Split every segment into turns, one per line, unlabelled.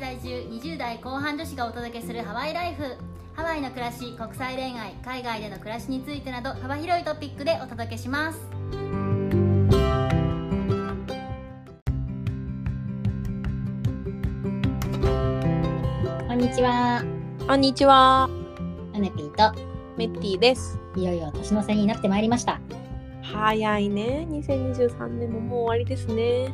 20代後半女子がお届けするハワイライフハワイの暮らし国際恋愛海外での暮らしについてなど幅広いトピックでお届けしますこんにちは
こんにちは、
アネピーと
メッティです。
いよいよ年の瀬になってまいりました
早いね、2023年ももう終わりですね。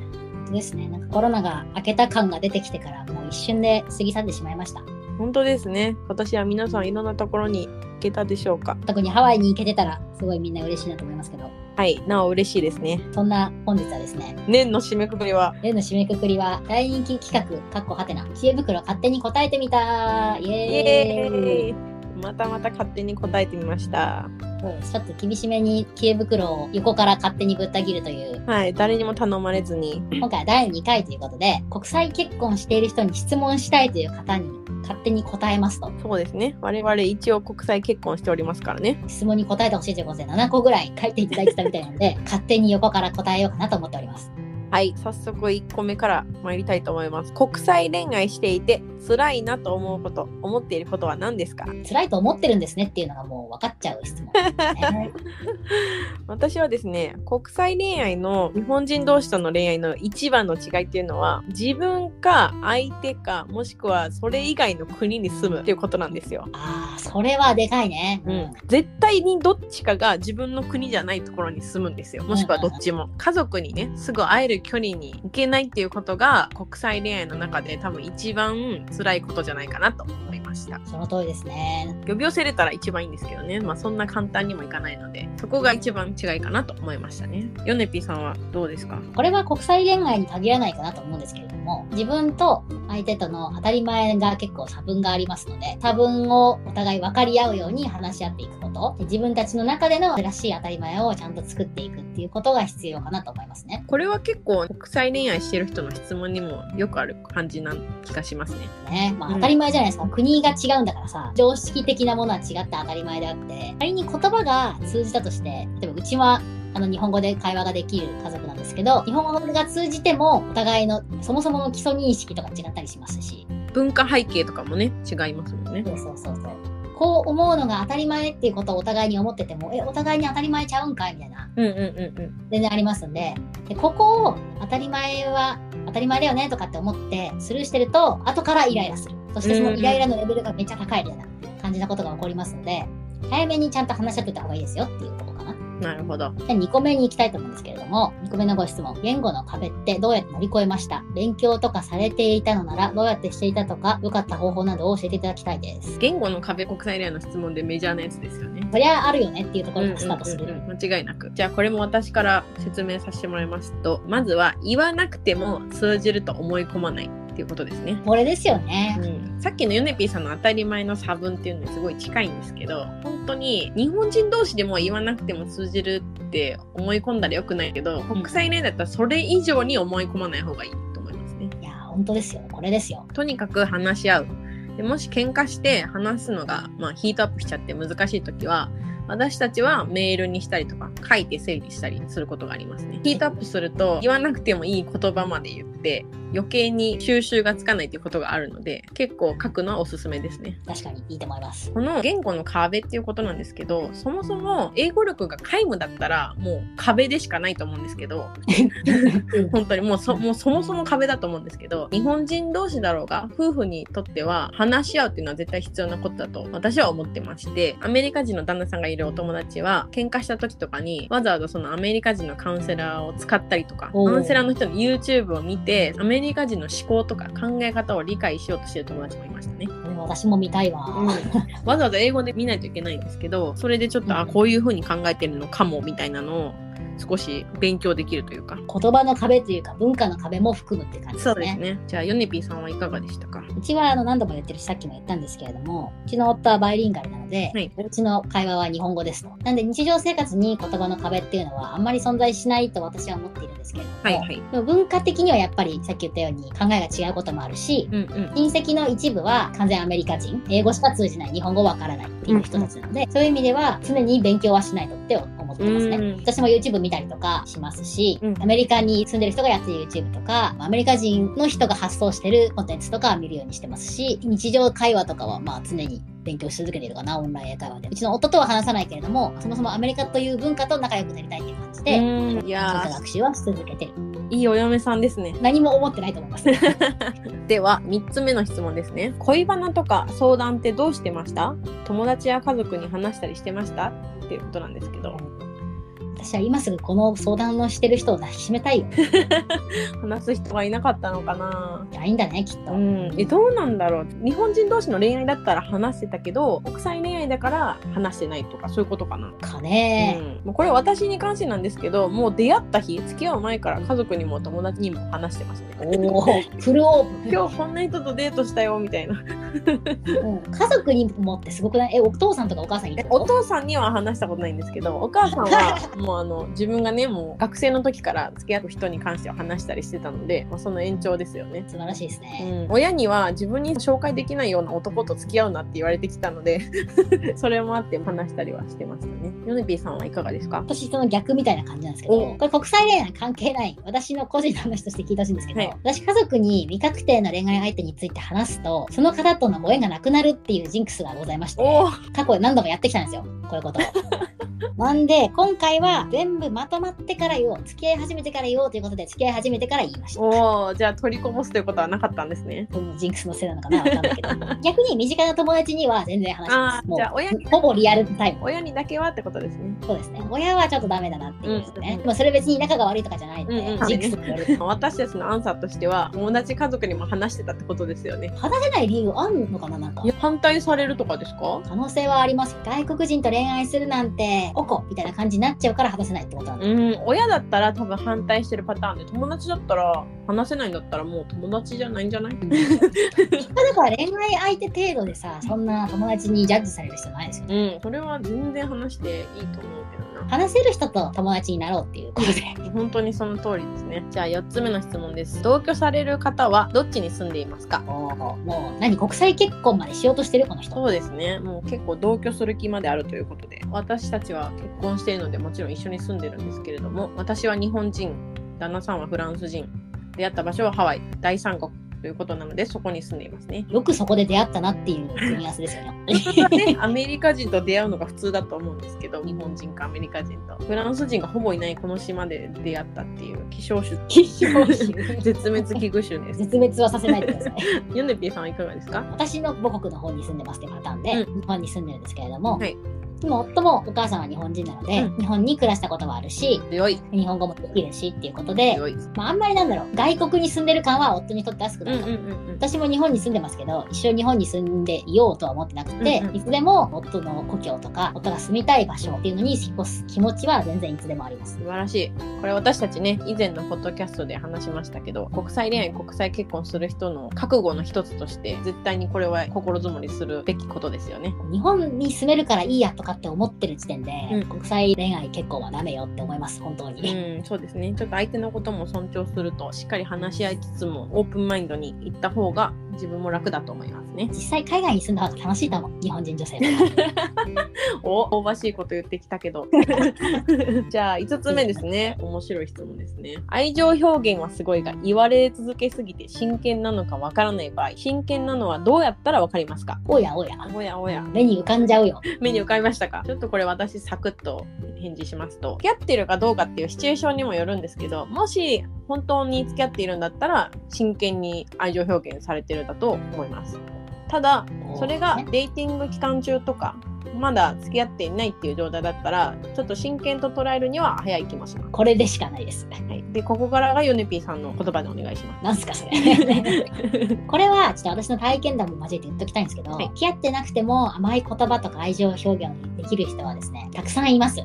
ですねなんかコロナが明けた感が出てきてからもう一瞬で過ぎ去ってしまいました
本当ですね。私は皆さんいろんなところに行けたでしょうか。
特にハワイに行けてたらすごいみんな嬉しいなと思いますけど
はい、なお嬉しいですね。
そんな本日はですね
年の締めくくりは、
例の締めくくりは大人気企画かっこはてな知恵袋勝手に答えてみたイ
イ
エー
エ
イ
ーイまたまた勝手に答えてみました。
そうですちょっと厳しめに知恵袋を横から勝手にぶった切ると いう
はい、誰にも頼まれずに。
今回は第2回ということで国際結婚している人に質問したいという方に勝手に答えますと
そうですね。我々一応国際結婚しておりますからね。
質問に答えてほしいということで7個ぐらい書いていただいてたみたいなの で勝手に横から答えようかなと思っております
はい、早速1個目から参りたいと思います。国際恋愛していて辛いなと思うこと、思っていることは何ですか
辛いと思ってるんですねっていうのがもう分かっちゃう質問 ですね
私はですね国際恋愛の日本人同士との恋愛の一番の違いっていうのは自分か相手かもしくはそれ以外の国に住むっていうことなんですよ。
ああそれはでかいね、
うん、絶対にどっちかが自分の国じゃないところに住むんですよもしくはどっちも家族にねすぐ会える距離に行けないっていうことが国際恋愛の中で多分一番辛いことじゃないかなと思いました
その通りですね
呼び寄せれたら一番いいんですけどね、まあ、そんな簡単にもいかないのでそこが一番違いかなと思いましたねヨネピーさんはどうですか
これは国際恋愛に限らないかなと思うんですけれども自分と相手との当たり前が結構差分がありますので差分をお互い分かり合うように話し合っていくことで自分たちの中での新しい当たり前をちゃんと作っていくっていうことが必要かなと思いますね。
これは結構国際恋愛してる人の質問にもよくある感じな気がしますね
ねまあ、
うん
当たり前じゃないですか、国が違うんだからさ常識的なものは違って当たり前であって仮に言葉が通じたとして例えばうちはあの日本語で会話ができる家族なんですけど日本語が通じてもお互いのそもそもの基礎認識とか違ったりしますし
文化背景とかもね違いますもんね
そうそうそうそう。こう思うのが当たり前っていうことをお互いに思ってても、え、お互いに当たり前ちゃうんかいみたいな、
うんうんうんうん
全然ありますんでで、ここを当たり前は当たり前だよねとかって思ってスルーしてると、後からイライラする。そしてそのイライラのレベルがめっちゃ高いみたいな感じなことが起こりますので、早めにちゃんと話し合っておいた方がいいですよっていうことかな。
なるほど
じゃあ2個目に行きたいと思うんですけれども、2個目のご質問。言語の壁ってどうやって乗り越えました勉強とかされていたのなら、どうやってしていたとか、良かった方法などを教えていただきたいです。
言語の壁国際恋愛の質問でメジャーなやつですよね
そりゃあるよねっていうところからスタートする。
うんうんうん間違いなくじゃあこれも私から説明させてもらいますとまずは言わなくても通じると思い込まないっていうことですね
これですよね。
うんさっきのヨネピーさんの当たり前の差分っていうのにすごい近いんですけど本当に日本人同士でも言わなくても通じるって思い込んだらよくないけど国際恋愛だったらそれ以上に思い込まない方がいいと思いますね。
いやー、本当ですよ。これですよ。
とにかく話し合うでもし喧嘩して話すのが、まあ、ヒートアップしちゃって難しい時は私たちはメールにしたりとか書いて整理したりすることがありますねヒートアップすると言わなくてもいい言葉まで言って余計に収集がつかないっていうことがあるので結構書くのはおすすめですね
確かにいいと思います。
この言語の壁っていうことなんですけどそもそも英語力が皆無だったらもう壁でしかないと思うんですけど本当にもうそもうそもそも壁だと思うんですけど日本人同士だろうが夫婦にとっては話し合うっていうのは絶対必要なことだと私は思ってましてアメリカ人の旦那さんがいるお友達は喧嘩した時とかにわざわざそのアメリカ人のカウンセラーを使ったりとかカ
おー
ウンセラーの人の YouTube を見てアメリカ人の思考とか考え方を理解しようとしてる友達もいましたね。
でも私も見たいわ。
うんわざわざ英語で見ないといけないんですけどそれでちょっと、あこういう風に考えてるのかもみたいなのを少し勉強できるというか
言葉の壁というか文化の壁も含むって感じです
そ
ね。
うですね。じゃあ、ヨネピーさんはいかがでしたか
うちはあの何度も言ってるしさっきも言ったんですけれどもうちの夫はバイリンガルなので、
はい。
うちの会話は日本語ですと。なんで日常生活に言葉の壁っていうのはあんまり存在しないと私は思っているんですけれども、
はいはい。
でも文化的にはやっぱりさっき言ったように考えが違うこともあるし、
うんうん。
親戚の一部は完全アメリカ人英語しか通じない日本語わからないっていう人たちなので、そういう意味では常に勉強はしないとって思思ってますね。
うん
私も YouTube 見たりとかしますし、
うん
アメリカに住んでる人がやってる YouTube とか、アメリカ人の人が発想してるコンテンツとかは見るようにしてますし、日常会話とかはまあ常に勉強し続けてるかな、オンライン英会話で。うちの夫とは話さないけれども、そもそもアメリカという文化と仲良くなりたいっていう感じで、
うんいや
文化学習はし続けてる。
ーいいお嫁さんですね
何も思ってないと思います。
では3つ目の質問ですね恋バナとか相談ってどうしてました友達や家族に話したりしてましたっていうことなんですけど
私は今すぐこの相談をしてる人を抱きしめたい よ。
話す人がいなかったのかな
ないんだね、きっと。
うん、えどうなんだろう日本人同士の恋愛だったら話してたけど国際恋愛だから話してないとかそういうことかな、
かね
うん、もうこれ私に関してなんですけどもう出会った日付き合う前から家族にも友達にも話してましたね
おお、フルオープン。
今日こんな人とデートしたよみたい な
うん家族にもってすごくないえお父さんとかお母さんにってこ
お
と
父さんには話したことないんですけどお母さん はもうあの自分がねもう学生の時から付き合う人に関しては話したりしてたので、まあ、その延長ですよね
素晴らしいです
う
ね、
ん、親には自分に紹介できないような男と付き合うなって言われてきたので それもあって話したりはしてましたねヨネピーさんはいかがですか
私その逆みたいな感じなんですけど
お
これ国際恋愛関係ない私の個人の話として聞いてほしいんですけど、
はい
私家族に未確定な恋愛相手について話すとその方とのご縁がなくなるっていうジンクスがございまして
おー
過去何度もやってきたんですよこういうことを なんで今回は全部まとまってから言おう付き合い始めてから言おうということで付き合い始めてから言いました
おーじゃあ取りこぼすということはなかったんですね
ジンクスのせいなのかなわかんないけど 逆に身近な友達には全然話しま
あ
す
ー
も
じゃあ
う
親に
ほぼリアルタイム
親にだけはってことですね
そうですね。親はちょっとダメだなっていうんですね。
うん
でもそれ別に仲が悪いとかじゃないので、
うんうん
ジンクスって言われる。
私たちのアンサーとしては友達家族にも話してたってことですよね
話せない理由あんのかななんか
い。や反対されるとかですか
可能性はあります。外国人と恋愛するなんて、おこみたいな感じになっちゃうから話せないってことなんだ。
うん親だったら多分反対してるパターンで友達だったら話せないんだったらもう友達じゃないんじゃない
だから恋愛相手程度でさ、そんな友達にジャッジされる必要ないですよね。
うんそれは全然話していいと思うけどな
話せる人と友達になろうっていうこと で。
本当にその通りですねじゃあ4つ目の質問です同居される方はどっちに住んでいますか
おーもう、何国際結婚までしようとしてるこの人。
そうですねもう結構同居する気まであるということで私たちは結婚しているのでもちろん一緒に住んでるんですけれども私は日本人旦那さんはフランス人出会った場所はハワイ第三国ということなのでそこに住んでいます ね
よくそこで出会ったなっていう組み合わせですよね。
本当はねアメリカ人と出会うのが普通だと思うんですけど日本人かアメリカ人とフランス人がほぼいないこの島で出会ったっていう希少種
必勝種
絶滅危惧種です
絶滅はさせないでください。
ヨネピーさんはいかがですか
私の母国の方に住んでますっていうパターンで、
う
日本に住んでるんですけれども、
はい
でも夫もお母さんは日本人なので、
うん
日本に暮らしたことはあるし
強い
日本語もできるしっていうことで、
強い
まあ、あんまりなんだろう外国に住んでる感は夫にとっては少
うん
なかっ
うん
た。
うんうん
私も日本に住んでますけど一緒に日本に住んでいようとは思ってなくて、
うんうん
いつでも夫の故郷とか夫が住みたい場所っていうのに引っ越す気持ちは全然いつでもあります。
素晴らしいこれ私たちね以前のポッドキャストで話しましたけど国際恋愛国際結婚する人の覚悟の一つとして絶対にこれは心づもりするべきことですよね
日本に住めるからいいやとかって思ってる時点で、
うん
国際恋愛結婚はダメよって思います本当に。
うんそうですねちょっと相手のことも尊重するとしっかり話し合いつつもオープンマインドに行った方が自分も楽だと思いますね
実際海外に住んだ方が楽しいと思う日本人女性は。
お香ばしいこと言ってきたけど じゃあ5つ目ですね面白い質問ですね愛情表現はすごいが言われ続けすぎて真剣なのかわからない場合真剣なのはどうやったらわかりますか
おやおや、
おやおや
目に浮かんじゃうよ。
目に浮かびましたかちょっとこれ私サクッと返事しますと付き合ってるかどうかっていうシチュエーションにもよるんですけどもし本当に付き合っているんだったら真剣に愛情表現されてるんだと思いますただそれがデーティング期間中とかまだ付き合っていないっていう状態だったらちょっと真剣と捉えるには早い気もします、
これでしかないです。
はい、でここからがヨネピーさんの言葉でお願いし ます
なんすかそれ
う
これはちょっと私の体験談も交えて言っときたいんですけど、
はい
付き合ってなくても甘い言葉とか愛情表現できる人はですねたくさんいます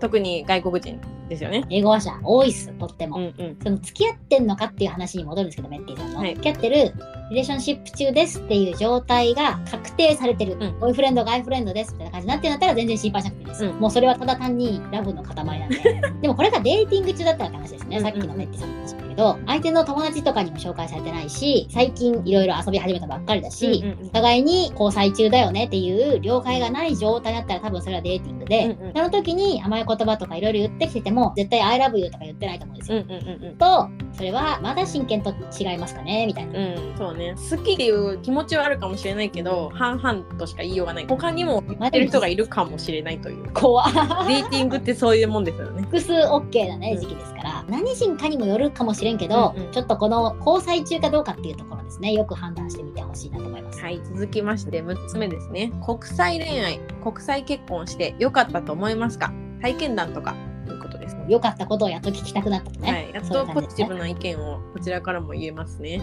特に外国人ですよね
英語話者多いっすとっても、
うんうん
その付き合ってんのかっていう話に戻るんですけどメッティさんの、
はい
付き合ってるリレーションシップ中ですっていう状態が確定されてる、
うん
ボーイフレンドガイフレンドですみたいな感じになってるんだったら全然心配しなくていいです、
うん
もうそれはただ単にラブの塊なん ででもこれがデーティング中だったらって話ですね、
うん
さっきのメッティさんの話だけど相手の友達とかにも紹介されてないし最近いろいろ遊び始めたばっかりだし、
うんうん
お互いに交際中だよねっていう了解がない状態だったら多分それはデーティングで、
うんうん
その時に甘い言葉とかいろいろ言ってきてても絶対「I love you」とか言ってないと思うんです
う
よ。
んうんうんうん
とそれはまだ真剣と違いますかねみたいな。
うん、そうね好きっていう気持ちはあるかもしれないけど半々としか言いようがない他にも言ってる人がいるかもしれないというデ
怖っ
ーティングってそういうもんですよね
複数 OK だ
う
ね
ん
時期ですから、何人かにもよるかもしれんけど、
うんうん
ちょっとこの交際中かどうかっていうところですねよく判断してみてほしいなと思います。
はい続きまして6つ目ですね国際恋愛国際結婚して良かったと思いますか体験談とかということです
良かったことをやっと聞きたくなったとね。
はい、やっ
そうい
と
う
ポ
感じ
ジ
ですね
ティブな意見をこちらからも言えま すね。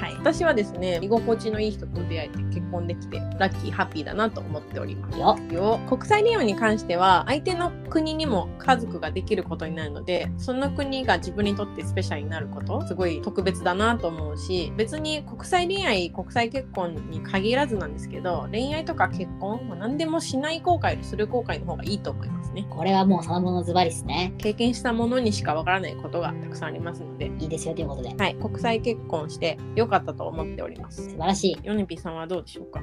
はい、私はですね、居心地のいい人と出会えて結婚できてラッキーハッピーだなと思っております。
よ
よ国際恋愛に関しては相手の国にも家族ができることになるのでその国が自分にとってスペシャルになることすごい特別だなと思うし別に国際恋愛国際結婚に限らずなんですけど恋愛とか結婚、まあ、何でもしない後悔よりする後悔の方がいいと思いますね。
これはもうそのものズバリですね。
経験したものにしかわからないことがたくさんありますので、
いいですよということで
はい、国際結婚して良かったと思っております
素。晴らしい。
ヨネピーさんはどうでしょうか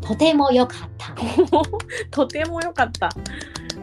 とても良かった。
とても良かった。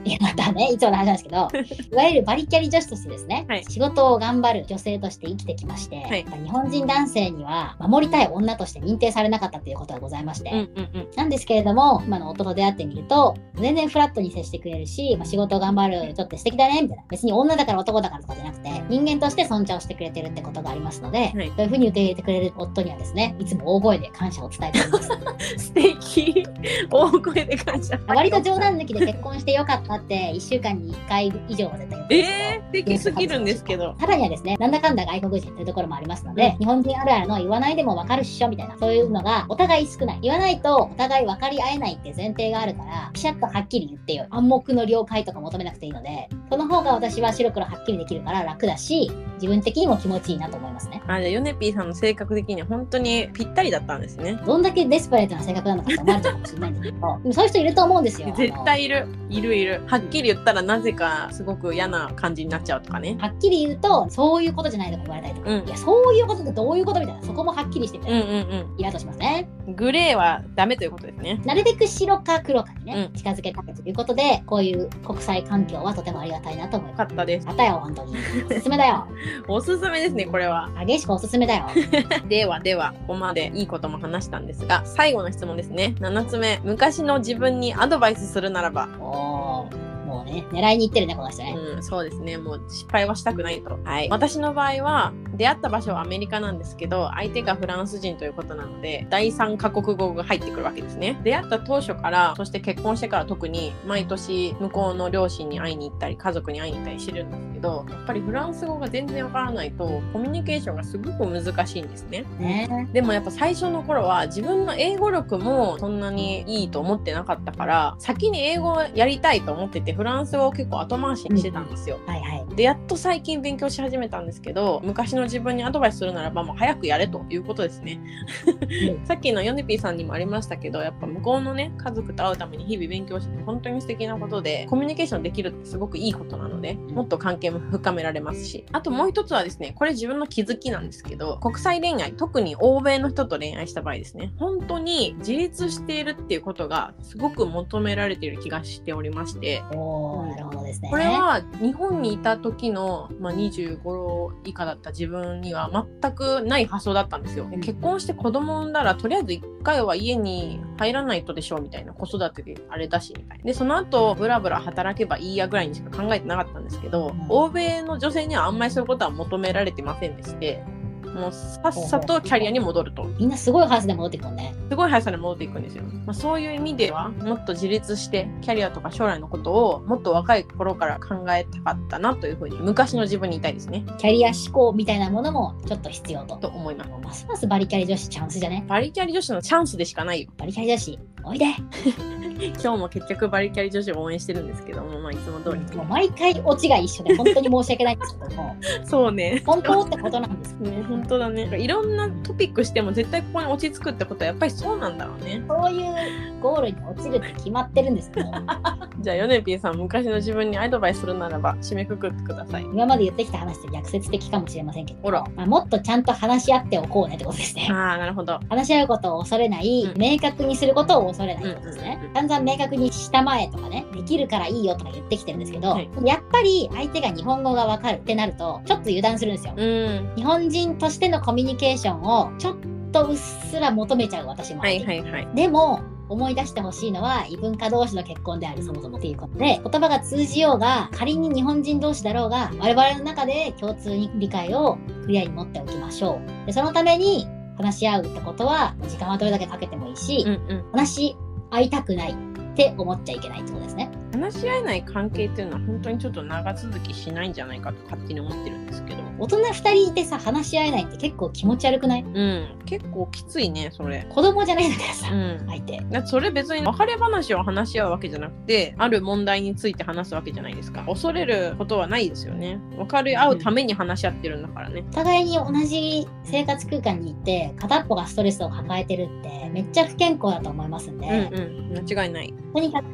いやまたねいつもの話なんですけどい わゆるバリキャリ女子としてですね、
はい
仕事を頑張る女性として生きてきまして、
い
やっぱ日本人男性には守りたい女として認定されなかったということがございまして、
うんうんうん。
なんですけれども、今の夫と出会ってみると、全然フラットに接してくれるし、まあ、仕事頑張る、ちょっと素敵だね、みたいな。別に女だから男だからとかじゃなくて、人間として尊重してくれてるってことがありますので、
はい
そういうふうに受け入れてくれる夫にはですね、いつも大声で感謝を伝えております。
素敵。 大声で感謝。
割と冗談抜きで結婚してよかったって、1週間に1回以上は絶対言ってますけど
えー、素敵すぎるんですけど。
さらにはですね、なんだかんだ外国人というところもありますので、日本人あるあるの言わないでも分かるっしょみたいな、そういうのがお互い少ない。言わないとお互い分かり合えないって前提があるから、ピシャッとはっきり言ってよ。暗黙の了解とか求めなくていいので、その方が私は白黒はっきりできるから楽だし、自分的にも気持ちいいなと思いますね。
あじゃあヨネピーさんの性格的には本当にぴったりだったんですね。
どんだけデスパレートな性格なのかって思われちゃうかもしれないんですけど、でもそういう人いると思うんですよ。
絶対いる。いるいる。はっきり言ったらなぜかすごく嫌な感じになっちゃうとかね。
あのはっきり言うと、そういうことじゃないとか言われたりとか、
うん
いや、そういうことってどういうことみたいな、そこもはっきりしてみ
う
た
ん
い
うん
な、
う
イラッとしますね。
ん。グレーはダメということですね。
なるべく白か黒かにね、
うん
近づけたいということで、こういう国際環境はとてもありがたいなと思い
よ
ます。
かったです。
あたよ、本当に。おすすめだ よ。
おすすめですね、これは。
激しくおすすめだよ。
ではではここまでいいことも話したんですが最後の質問ですね7つ目昔の自分にアドバイスするならば、
おー、もうね、狙いに行ってるね、この人ね。
うん、そうですねもう失敗はしたくないと、はい、私の場合は出会った場所はアメリカなんですけど相手がフランス人ということなので第3カ国語が入ってくるわけですね出会った当初からそして結婚してから特に毎年向こうの両親に会いに行ったり家族に会いに行ったりしてるんですけどやっぱりフランス語が全然わからないとコミュニケーションがすごく難しいんですね
ね
でもやっぱ最初の頃は自分の英語力もそんなにいいと思ってなかったから先に英語をやりたいと思っててフランス語を結構後回しにしてたんですよ。
はいはい。
でやっと最近勉強し始めたんですけど昔の自分にアドバイスするならばもう早くやれということですね さっきのヨネピーさんにもありましたけどやっぱ向こうのね家族と会うために日々勉強して本当に素敵なことでコミュニケーションできるってすごくいいことなのでもっと関係も深められますしあともう一つはですねこれ自分の気づきなんですけど国際恋愛特に欧米の人と恋愛した場合ですね本当に自立しているっていうことがすごく求められている気がしておりまして
お
うん
ー、なるほどですね。
これは日本にいた時の、まあ、25以下だった自分には全くない発想だったんですよ。
うん
結婚して子供産んだらとりあえず1回は家に入らないとでしょうみたいな子育てであれだしみたいな。でその後ブラブラ働けばいいやぐらいにしか考えてなかったんですけど、
うん
欧米の女性にはあんまりそういうことは求められてませんでして。もうさっさとキャリアに戻ると
みんなすごい話で戻ってくるね。
すごい速さで戻っていくんですよ、まあ、そういう意味ではもっと自立してキャリアとか将来のことをもっと若い頃から考えたかったなというふうに昔の自分に言いたいですね
キャリア思考みたいなものもちょっと必要と。
と思います
ますますバリキャリ女子チャンスじゃね
バリキャリ女子のチャンスでしかないよ
バリキャリ女子、おいで
今日も結局バリキャリ女子を応援してるんですけども、まあ、いつも通り、
もう毎回オチが一緒で本当に申し訳ないんですけども
そうね
本当ってことなんです
ね本当だねいろんなトピックしても絶対ここに落ち着くってことはやっぱりそうなんだろうね
そういうゴールに落ちるって決まってるんですけ ど
じゃあヨネピーさん昔の自分にアドバイスするならば締めくくってください
今まで言ってきた話って逆説的かもしれませんけど
ほら
まあ、もっとちゃんと話し合っておこうねってことですね
あーなるほど
話し合うことを恐れない、
うん
明確にすることを恐れないってことですね
うんうんう。ん
散々明確にしたまえとかね、できるからいいよとか言ってきてるんですけど、
はい
やっぱり相手が日本語がわかるってなると、ちょっと油断するんですよ。
うん
日本人としてのコミュニケーションをちょっとうっすら求めちゃう私も、
はいはいはい
でも、思い出してほしいのは異文化同士の結婚であるそもそもっていうことで言葉が通じようが仮に日本人同士だろうが我々の中で共通に理解をクリアに持っておきましょうでそのために話し合うってことは時間はどれだけかけてもいいし、
うんうん
話し合いたくないって思っちゃいけないってことですね
話し合えない関係っていうのは本当にちょっと長続きしないんじゃないかと勝手に思ってるんですけど
大人2人いてさ話し合えないって結構気持ち悪くない
うん結構きついねそれ
子供じゃないんだからさ
うん
相手
だってそれ別に別れ話を話し合うわけじゃなくてある問題について話すわけじゃないですか恐れることはないですよね別れ合うために話し合ってるんだからね、
お互いに同じ生活空間にいて片っぽがストレスを抱えてるってめっちゃ不健康だと思いますんで、
うんうん間違いない、
とにかく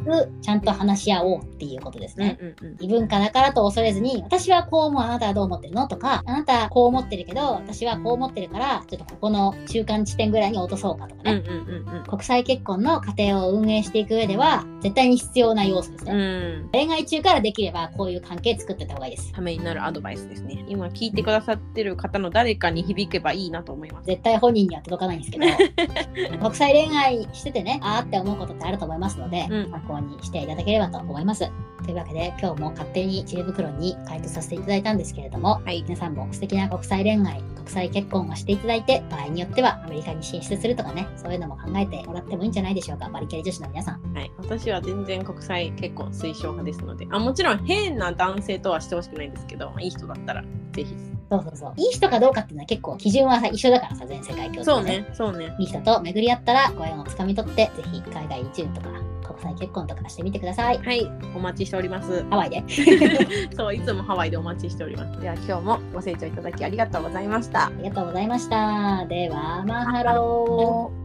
ちゃんと話し合おうっていうことです
うん
ね。
うんうん
異文化だからと恐れずに、私はこう思う、あなたはどう思ってるのとか、あなたはこう思ってるけど、私はこう思ってるから、ちょっとここの中間地点ぐらいに落とそうかとか
うん
ね。
うんうん
国際結婚の過程を運営していく上では、絶対に必要な要素です
う
ね。
ん
恋愛中からできれば、こういう関係作ってった方がいいです。
ためになるアドバイスですね今聞いてくださってる方の誰かに響けばいいなと思います
絶対本人には届かないんですけど 国際恋愛しててねあーって思うことってあると思いますので、
うん
参考にしていただければと思いますというわけで今日も勝手に知恵袋に回答させていただいたんですけれども
はい
皆さんも素敵な国際恋愛国際結婚をしていただいて場合によってはアメリカに進出するとかねそういうのも考えてもらってもいいんじゃないでしょうかバリキャリ女子の皆さん
はい、私は全然国際結婚推奨派ですのであもちろん変な男性とはしてほしくないんですけどいい人だったらぜひ
そうそうそういい人かどうかっていうのは結構基準はさ一緒だからさ全世界共通で
そうねそうね
いい人と巡り合ったらご縁をつかみ取ってぜひ海外移住とか国際結婚とかしてみてください
はいお待ちしております
ハワイで
そう、いつもハワイでお待ちしております。では今日もご清聴いただきありがとうございました
あ。りがとうございました。では、マハロー。